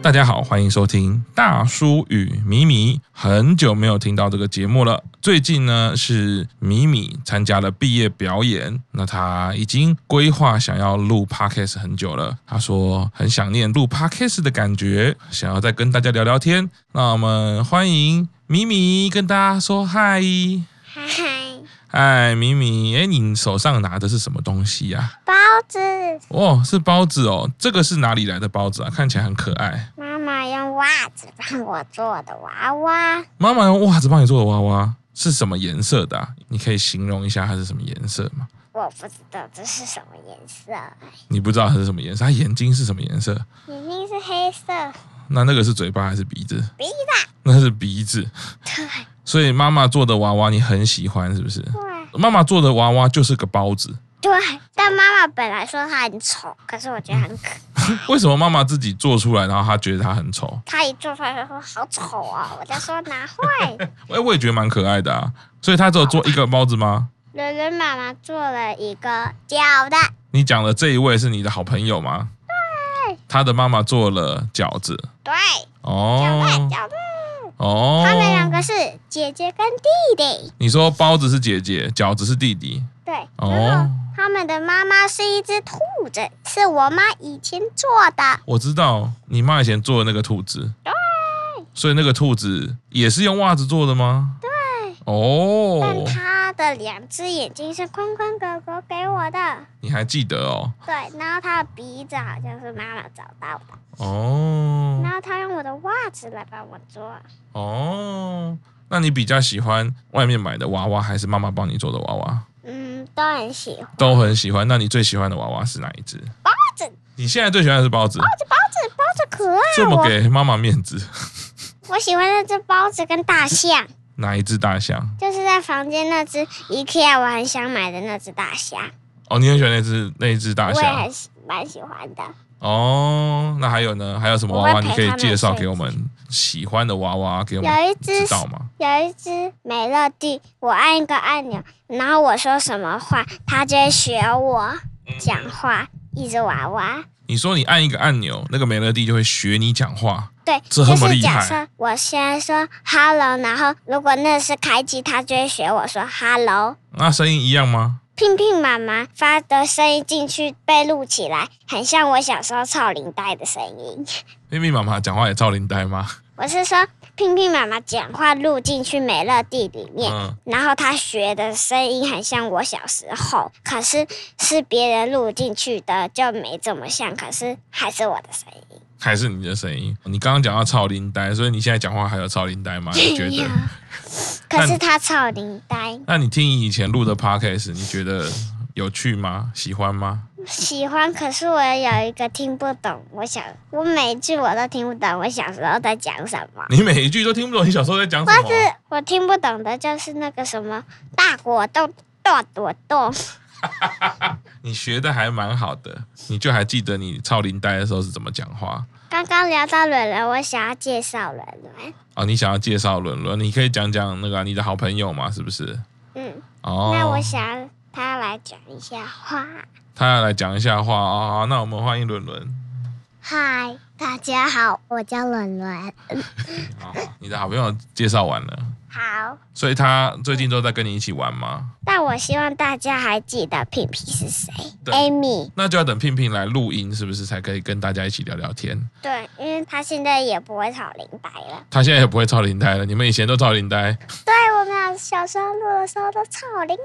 大家好，欢迎收听大叔与米米。很久没有听到这个节目了。最近呢，是米米参加了毕业表演，那他已经规划想要录 podcast 很久了。他说很想念录 podcast 的感觉，想要再跟大家聊聊天。那我们欢迎米米跟大家说嗨。嗨，嗨，米米，哎，你手上拿的是什么东西呀、 包子，哦，是包子哦，这个是哪里来的包子啊？看起来很可爱。妈妈用袜子帮我做的娃娃，妈妈用袜子帮你做的娃娃是什么颜色的啊、你可以形容一下它是什么颜色吗？我不知道这是什么颜色，你不知道它是什么颜色，它眼睛是什么颜色？眼睛是黑色，那那个是嘴巴还是鼻子？鼻子，那是鼻子。所以妈妈做的娃娃你很喜欢，是不是？对妈妈做的娃娃就是个包子，对。但妈妈本来说它很丑，可是我觉得很可。为什么妈妈自己做出来，然后她觉得它很丑？她一做出来就说好丑哦，我在说哪会？哎，我也觉得蛮可爱的啊。所以她只有做一个包子吗？伦伦妈妈做了一个饺子，你讲的这一位是你的好朋友吗？对。他的妈妈做了饺子。对，饺哦子饺子。哦。他们两个是姐姐跟弟弟，你说包子是姐姐，饺子是弟弟。对。然哦后，他们的妈妈是一只兔子，是我妈以前做的。我知道你妈以前做的那个兔子。对。所以那个兔子也是用袜子做的吗？对。但哦，它的两只眼睛是宽宽哥哥给我的，你还记得哦？对，然后它的鼻子好像是妈妈找到的，哦然后它用我的袜子来帮我做，哦，那你比较喜欢外面买的娃娃，还是妈妈帮你做的娃娃？嗯，都很喜欢。都很喜欢。那你最喜欢的娃娃是哪一只？包子，你现在最喜欢的是包子，这包子，包子可这爱，么哦我给妈妈面子。我喜欢那只包子跟大象，哪一只大象？就是在房间那只 IKEA 我很想买的那只大象，哦，你很喜欢那只那一只大我也象很喜蛮喜欢的。哦。那还有呢？还有什么娃娃我会你陪可以他们介绍睡给我们喜欢的娃娃给我们有一只知道吗？有一只美乐蒂，我按一个按钮，然后我说什么话，它就会学我讲话。一只娃娃，你说你按一个按钮，那个美乐蒂就会学你讲话。对，这就么是厉假害设我现在说 hello，然后如果那是开机，它就会学我说 hello。那声音一样吗？聘聘妈妈发的声音进去被录起来，很像我小时候操领带的声音。密密麻麻讲话也照领带吗？我是说，聘聘妈妈讲话录进去美乐蒂里面，嗯，然后他学的声音很像我小时候，可是是别人录进去的，就没这么像，可是还是我的声音。还是你的声音。你刚刚讲到超领带，所以你现在讲话还有超领 带吗？你觉对得呀？可那是你他超灵呆，那你听以前录的 podcast，你觉得有趣吗？喜欢吗？喜欢。可是我有一个听不懂，我想我每一句我都听不懂，我小时候在讲什么。你每一句都听不懂，你小时候在讲什或么？是我听不懂的就是那个什么大果冻、大果冻，你学的还蛮好的，你就还记得你操领带的时候是怎么讲话刚刚聊到伦伦，我想要介绍伦伦。哦？你想要介绍伦伦，你可以讲讲那个啊、你的好朋友嘛，是不是？嗯，哦，那我想他来讲一下话。他要来讲一下话哦。好那我们欢迎伦伦。嗨，大家好，我叫伦伦。好，哦你的好朋友介绍完了，好，所以他最近都在跟你一起玩吗？但我希望大家还记得屁屁是谁对，Amy。那就要等聘聘来录音，是不是才可以跟大家一起聊聊天？对，因为她现在也不会吵铃白了。他现在也不会超领带了，你们以前都超领带对我们俩小时候录的时候都吵铃，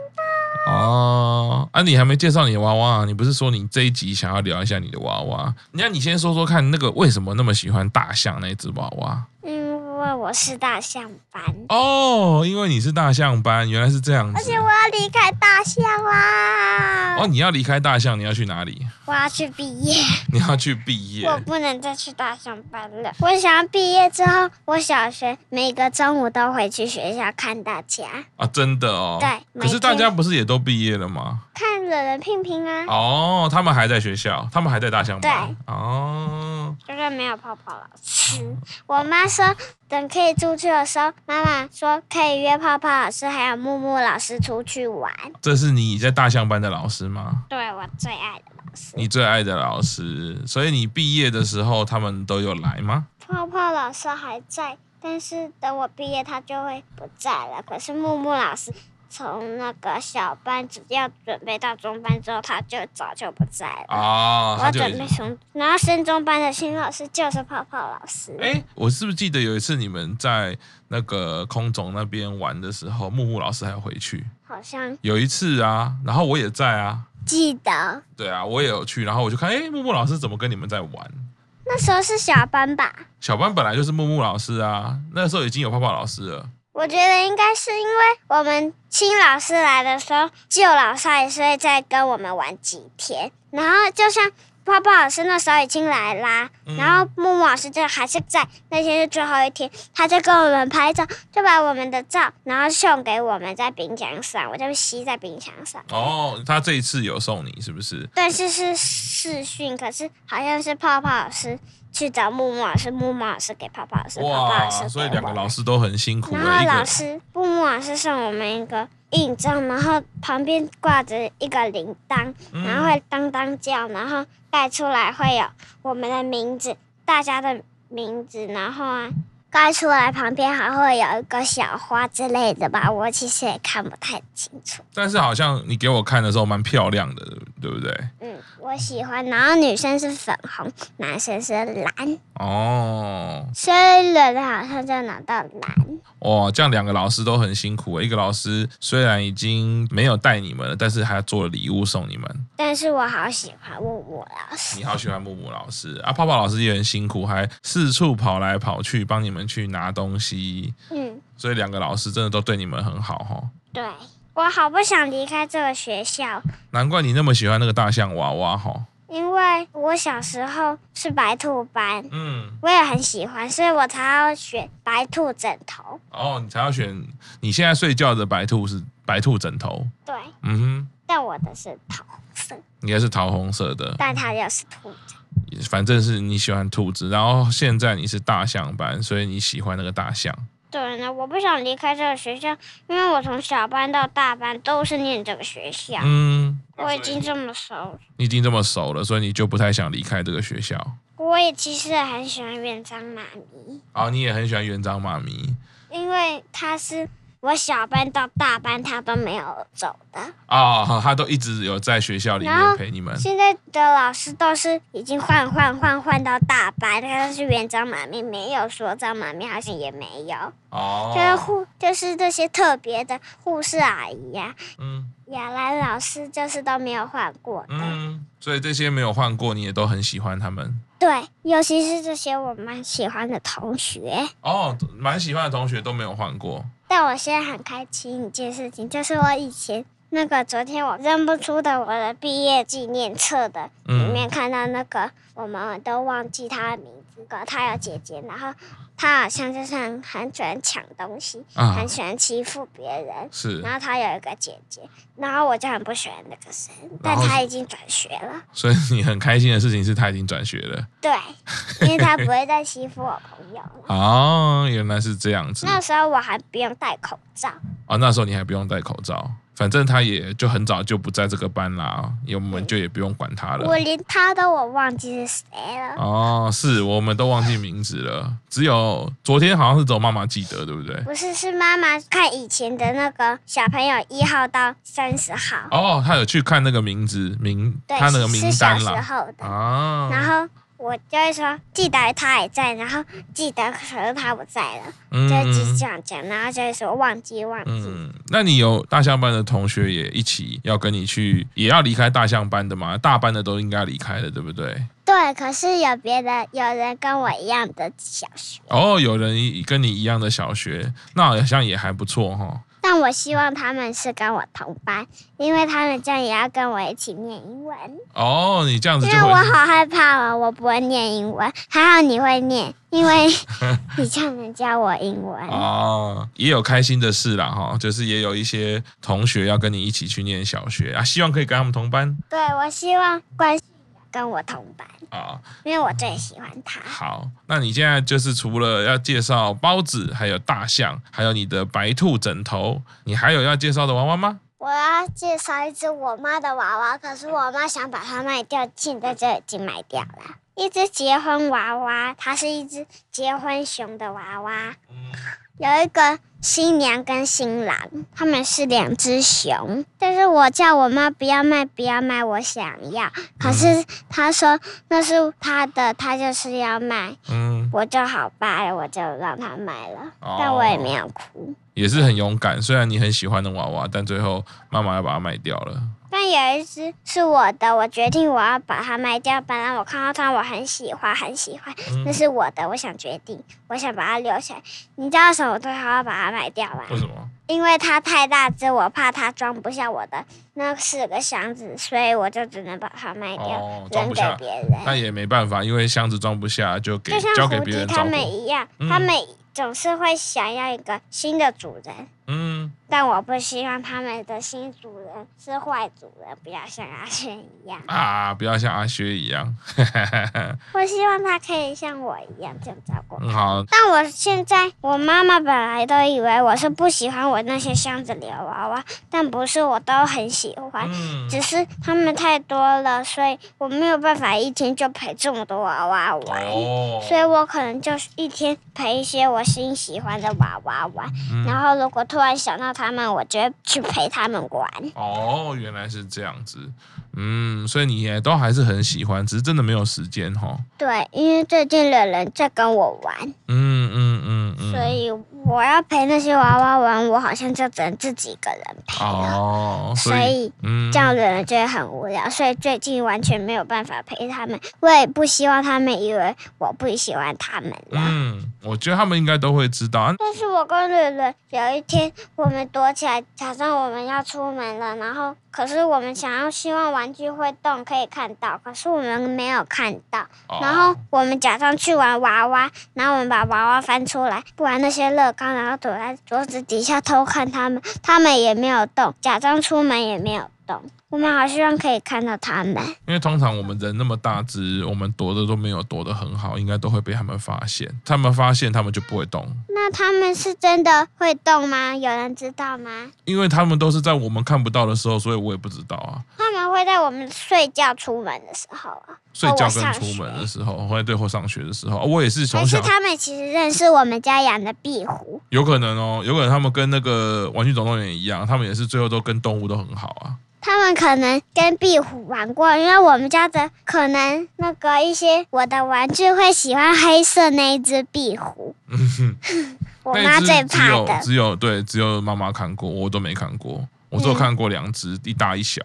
哦。啊，你还没介绍你的娃娃、啊，你不是说你这一集想要聊一下你的娃娃？那你先说说看，那个为什么那么喜欢大象那一只娃娃？嗯因为我是大象班，哦，因为你是大象班，原来是这样而子且。我要离开大象啦，哦，你要离开大象，你要去哪里？ 我要去毕业，你要去毕业我不能再去大象班了。我想要毕业之后，我小学每个中午都回去学校看大家，啊？真的哦。对每可是大天家不是也都毕业了吗？看惹人平平啊。哦，他们还在学校，他们还在大象班。哦。就是没有泡泡老师。 我妈说，等可以出去的时候，妈妈说可以约泡泡老师还有木木老师出去玩。这是你在大象班的老师吗？对我最爱的老师，你最爱的老师，所以你毕业的时候他们都有来吗？泡泡老师还在，但是等我毕业他就会不在了。可是木木老师从那个小班只要准备到中班之后，他就早就不在了。啊，我他就已准备经。从，然后升中班的新老师就是泡泡老师。哎、我是不是记得有一次你们在那个空总那边玩的时候，木木老师还回去？好像有一次啊，然后我也在啊，记得对啊，我也有去，然后我就看，哎、木木老师怎么跟你们在玩？那时候是小班吧？小班本来就是木木老师啊，那时候已经有泡泡老师了。我觉得应该是因为我们新老师来的时候，旧老师还是会再跟我们玩几天。然后就像泡泡老师那时候已经来啦，嗯然后木木老师就还是在那天是最后一天，他就跟我们拍照，就把我们的照然后送给我们在冰箱上，我就吸在冰箱上。哦，他这一次有送你是不是？但是是视讯，可是好像是泡泡老师去找木木老师，木木老师给泡泡老师，泡泡哇老师，给所以两个我老师都很辛苦然了。一后个老师木木老师送我们一个印章，然后旁边挂着一个铃铛，嗯然后会当当叫，然后盖出来会有我们的名字，大家的名字，然后啊。盖出来旁边还会有一个小花之类的吧，我其实也看不太清楚。但是好像你给我看的时候蛮漂亮的，对不对？嗯，我喜欢。然后女生是粉红，男生是蓝。哦，所以人好像就拿到蓝。哇，这样两个老师都很辛苦。一个老师虽然已经没有带你们了，但是还做了礼物送你们。但是我好喜欢木木老师，你好喜欢木木老师啊，泡泡老师也很辛苦，还四处跑来跑去帮你们去拿东西。嗯，所以两个老师真的都对你们很好哈、哦。对我好不想离开这个学校，难怪你那么喜欢那个大象娃娃哈、哦。因为我小时候是白兔班，嗯，我也很喜欢，所以我才要选白兔枕头。哦，你才要选你现在睡觉的白兔是白兔枕头，对，嗯哼，但我的是桃红色，应该是桃红色的。但它又是兔子。反正是你喜欢兔子，然后现在你是大象班，所以你喜欢那个大象。对呢，我不想离开这个学校，因为我从小班到大班都是念这个学校，嗯，我已经这么熟了。你已经这么熟了，所以你就不太想离开这个学校。我也其实也很喜欢园长妈咪，哦，你也很喜欢园长妈咪因为她是我小班到大班她都没有走的。哦，他都一直有在学校里然面后陪你们。现在的老师都是已经换换换换到大班，但是园长妈咪没有，所长妈咪好像也没有，就是哦，护就是这些特别的护士阿姨呀、嗯雅兰老师就是都没有换过的。嗯，所以这些没有换过，你也都很喜欢他们。对，尤其是这些我蛮喜欢的同学。哦，蛮喜欢的同学都没有换过。但我现在很开心一件事情，就是我以前那个昨天我认不出的我的毕业纪念册的里嗯面看到那个，我们都忘记他的名字，可他有姐姐，然后他好像就是很很喜欢抢东西，啊很，喜欢欺负别人。是，然后他有一个姐姐，然后我就很不喜欢那个谁，但然后他是已经转学了，所以你很开心的事情是他已经转学了。对， 因为他不会再欺负我朋友了。哦，原来 是这样子。那时候我还不用戴口罩，哦，那时候你还不用戴口罩，反正他也就很早就不在这个班啦，也我们就也不用管他我了。连他都我忘记是谁了。哦，是我们都忘记名字了，只有昨天好像是走妈妈记得，对不对？不是，是妈妈看以前的那个小朋友一号到三十号，哦，他有去看那个名字名，对，他那个名是小单时啦。候的。啊，然后我就会说记得他也在，然后记得可是他不在了，就会一直嗯这样讲，然后就会说忘记忘记。嗯，那你有大象班的同学也一起要跟你去，也要离开大象班的嘛？大班的都应该离开了，对不对？对，可是有别的有人跟我一样的小学，哦，有人一跟你一样的小学，那好像也还不错哈、但我希望他们是跟我同班，因为他们这样也要跟我一起念英文，哦，你这样子因就为我会好害怕哦，我不会念英文，还好你会念，因为你就能教我英文。哦，也有开心的事啦哈，就是也有一些同学要跟你一起去念小学啊，希望可以跟他们同班对，我希望关系跟我同班，啊。因为我最喜欢他。好，那你现在就是除了要介绍包子，还有大象，还有你的白兔枕头，你还有要介绍的娃娃吗？我要介绍一只我妈的娃娃，可是我妈想把它卖掉，现在就已经卖掉了。一只结婚娃娃，它是一只结婚熊的娃娃。有一个新娘跟新郎，他们是两只熊。但是我叫我妈不要卖，不要卖，我想要。可是她说那是她的，她就是要卖。嗯，我就好吧，我就让她卖了，哦但我也没有哭。也是很勇敢。虽然你很喜欢的娃娃，但最后妈妈要把它卖掉了。但有一只是我的，我决定我要把它卖掉。本来我看到它，我很喜欢，很喜欢，嗯那，是我的，我想决定，我想把它留下来。你知道为什么我最后要把它卖掉吗？为什么？因为它太大只，我怕它装不下我的那四个箱子，所以我就只能把它卖掉，哦，装扔不给下，别人。但也没办法，因为箱子装不下，就给就交像给胡别迪人他照们顾。一样，嗯他们总是会想要一个新的主人，嗯，但我不希望他们的新主人是坏主人，不要像阿轩一样。啊，不要像阿薛一样。 我希望他可以像我一样这样照顾。嗯，好，但我现在，我妈妈本来都以为我是不喜欢我那些箱子里的娃娃，但不是，我都很喜欢。嗯，只是他们太多了，所以我没有办法一天就陪这么多娃娃玩，哦，所以我可能就是一天陪一些我新喜欢的娃娃玩，嗯然后如果突然想到他们，我就会去陪他们玩。哦，原来是这样子，嗯，所以你也都还是很喜欢，只是真的没有时间哈。对，因为最近有人在跟我玩，嗯嗯嗯嗯，所以我要陪那些娃娃玩，我好像就只能自己一个人陪了，哦，所以嗯，这样的人就会很无聊，所以最近完全没有办法陪他们。我也不希望他们以为我不喜欢他们了。嗯，我觉得他们应该都会知道啊。但是我跟蕊蕊有一天，我们躲起来，假装我们要出门了，然后可是我们想要希望玩具会动，可以看到，可是我们没有看到。哦然后我们假装去玩娃娃，然后我们把娃娃翻出来，不玩那些乐高，然后躲在桌子底下偷看他们，他们也没有动，假装出门也没有动。我们好希望可以看到他们。因为通常我们人那么大只，我们躲的都没有躲得很好，应该都会被他们发现。他们发现，他们就不会动，那他们是真的会动吗？有人知道吗？因为他们都是在我们看不到的时候，所以我也不知道啊。他们会在我们睡觉、出门的时候啊，睡觉跟我上出门学的时候，或者对或上学的时候，哦我也是从还是小他们其实认识我们家养的壁虎？有可能哦，有可能他们跟那个《玩具总动员》一样，他们也是最后都跟动物都很好啊。他们可能跟壁虎玩过，因为我们家的可能那个一些我的玩具会喜欢黑色那一只壁 虎，我那妈一只最只怕有的。只有对，只有妈妈看过，我都没看过，我只有嗯看过两只，一大一小。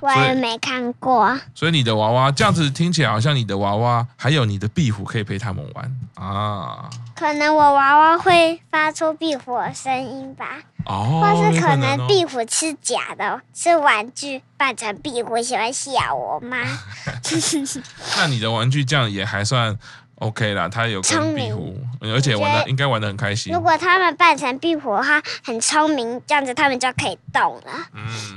我也没看过，所以你的娃娃这样子听起来好像你的娃娃还有你的壁虎可以陪他们玩啊。可能我娃娃会发出壁虎的声音吧，哦，或是有可能能哦壁虎是假的，是玩具扮成壁虎，喜欢吓我 妈。那你的玩具这样也还算 OK 啦，它有跟聪壁明虎，而且玩的应该玩的很开心如。果他们扮成壁虎的话，很聪明，这样子他们就可以动了。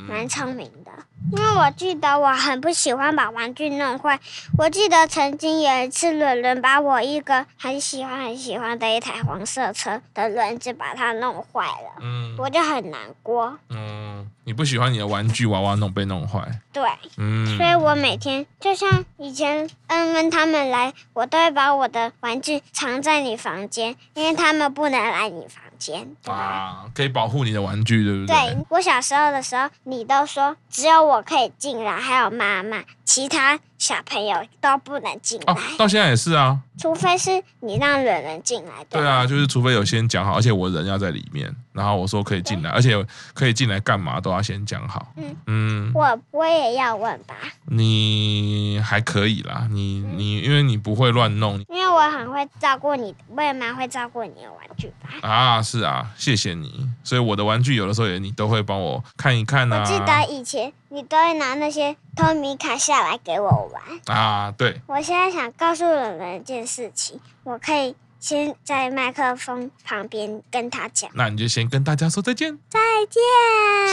蛮嗯，聪明的。因为我记得我很不喜欢把玩具弄坏。我记得曾经有一次，伦伦把我一个很喜欢很喜欢的一台黄色车的轮子把它弄坏了，嗯我就很难过。嗯，你不喜欢你的玩具娃娃弄被弄坏，对，嗯，所以我每天就像以前恩恩他们来，我都会把我的玩具藏在你房间，因为他们不能来你房间，对吧？啊，可以保护你的玩具，对不对我小时候的时候，你都说只有我可以进来，还有妈妈，其他小朋友都不能进来，哦，到现在也是啊，除非是你让人人进来。对吧啊，就是除非有先讲好，而且我人要在里面，然后我说可以进来，而且可以进来干嘛都要先讲好。嗯嗯，我我也要问吧，你还可以啦，你嗯你因为你不会乱弄因为我很会照顾你，我也蛮会照顾你的玩具吧。啊，是啊，谢谢你。所以我的玩具有的时候也你都会帮我看一看啊。我记得以前你都会拿那些透明卡下来给我玩。啊，对，我现在想告诉人人一件事情，我可以先在麦克风旁边跟他讲那你就先跟大家说再见，再见，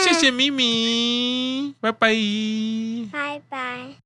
谢，谢咪咪，拜拜。拜拜。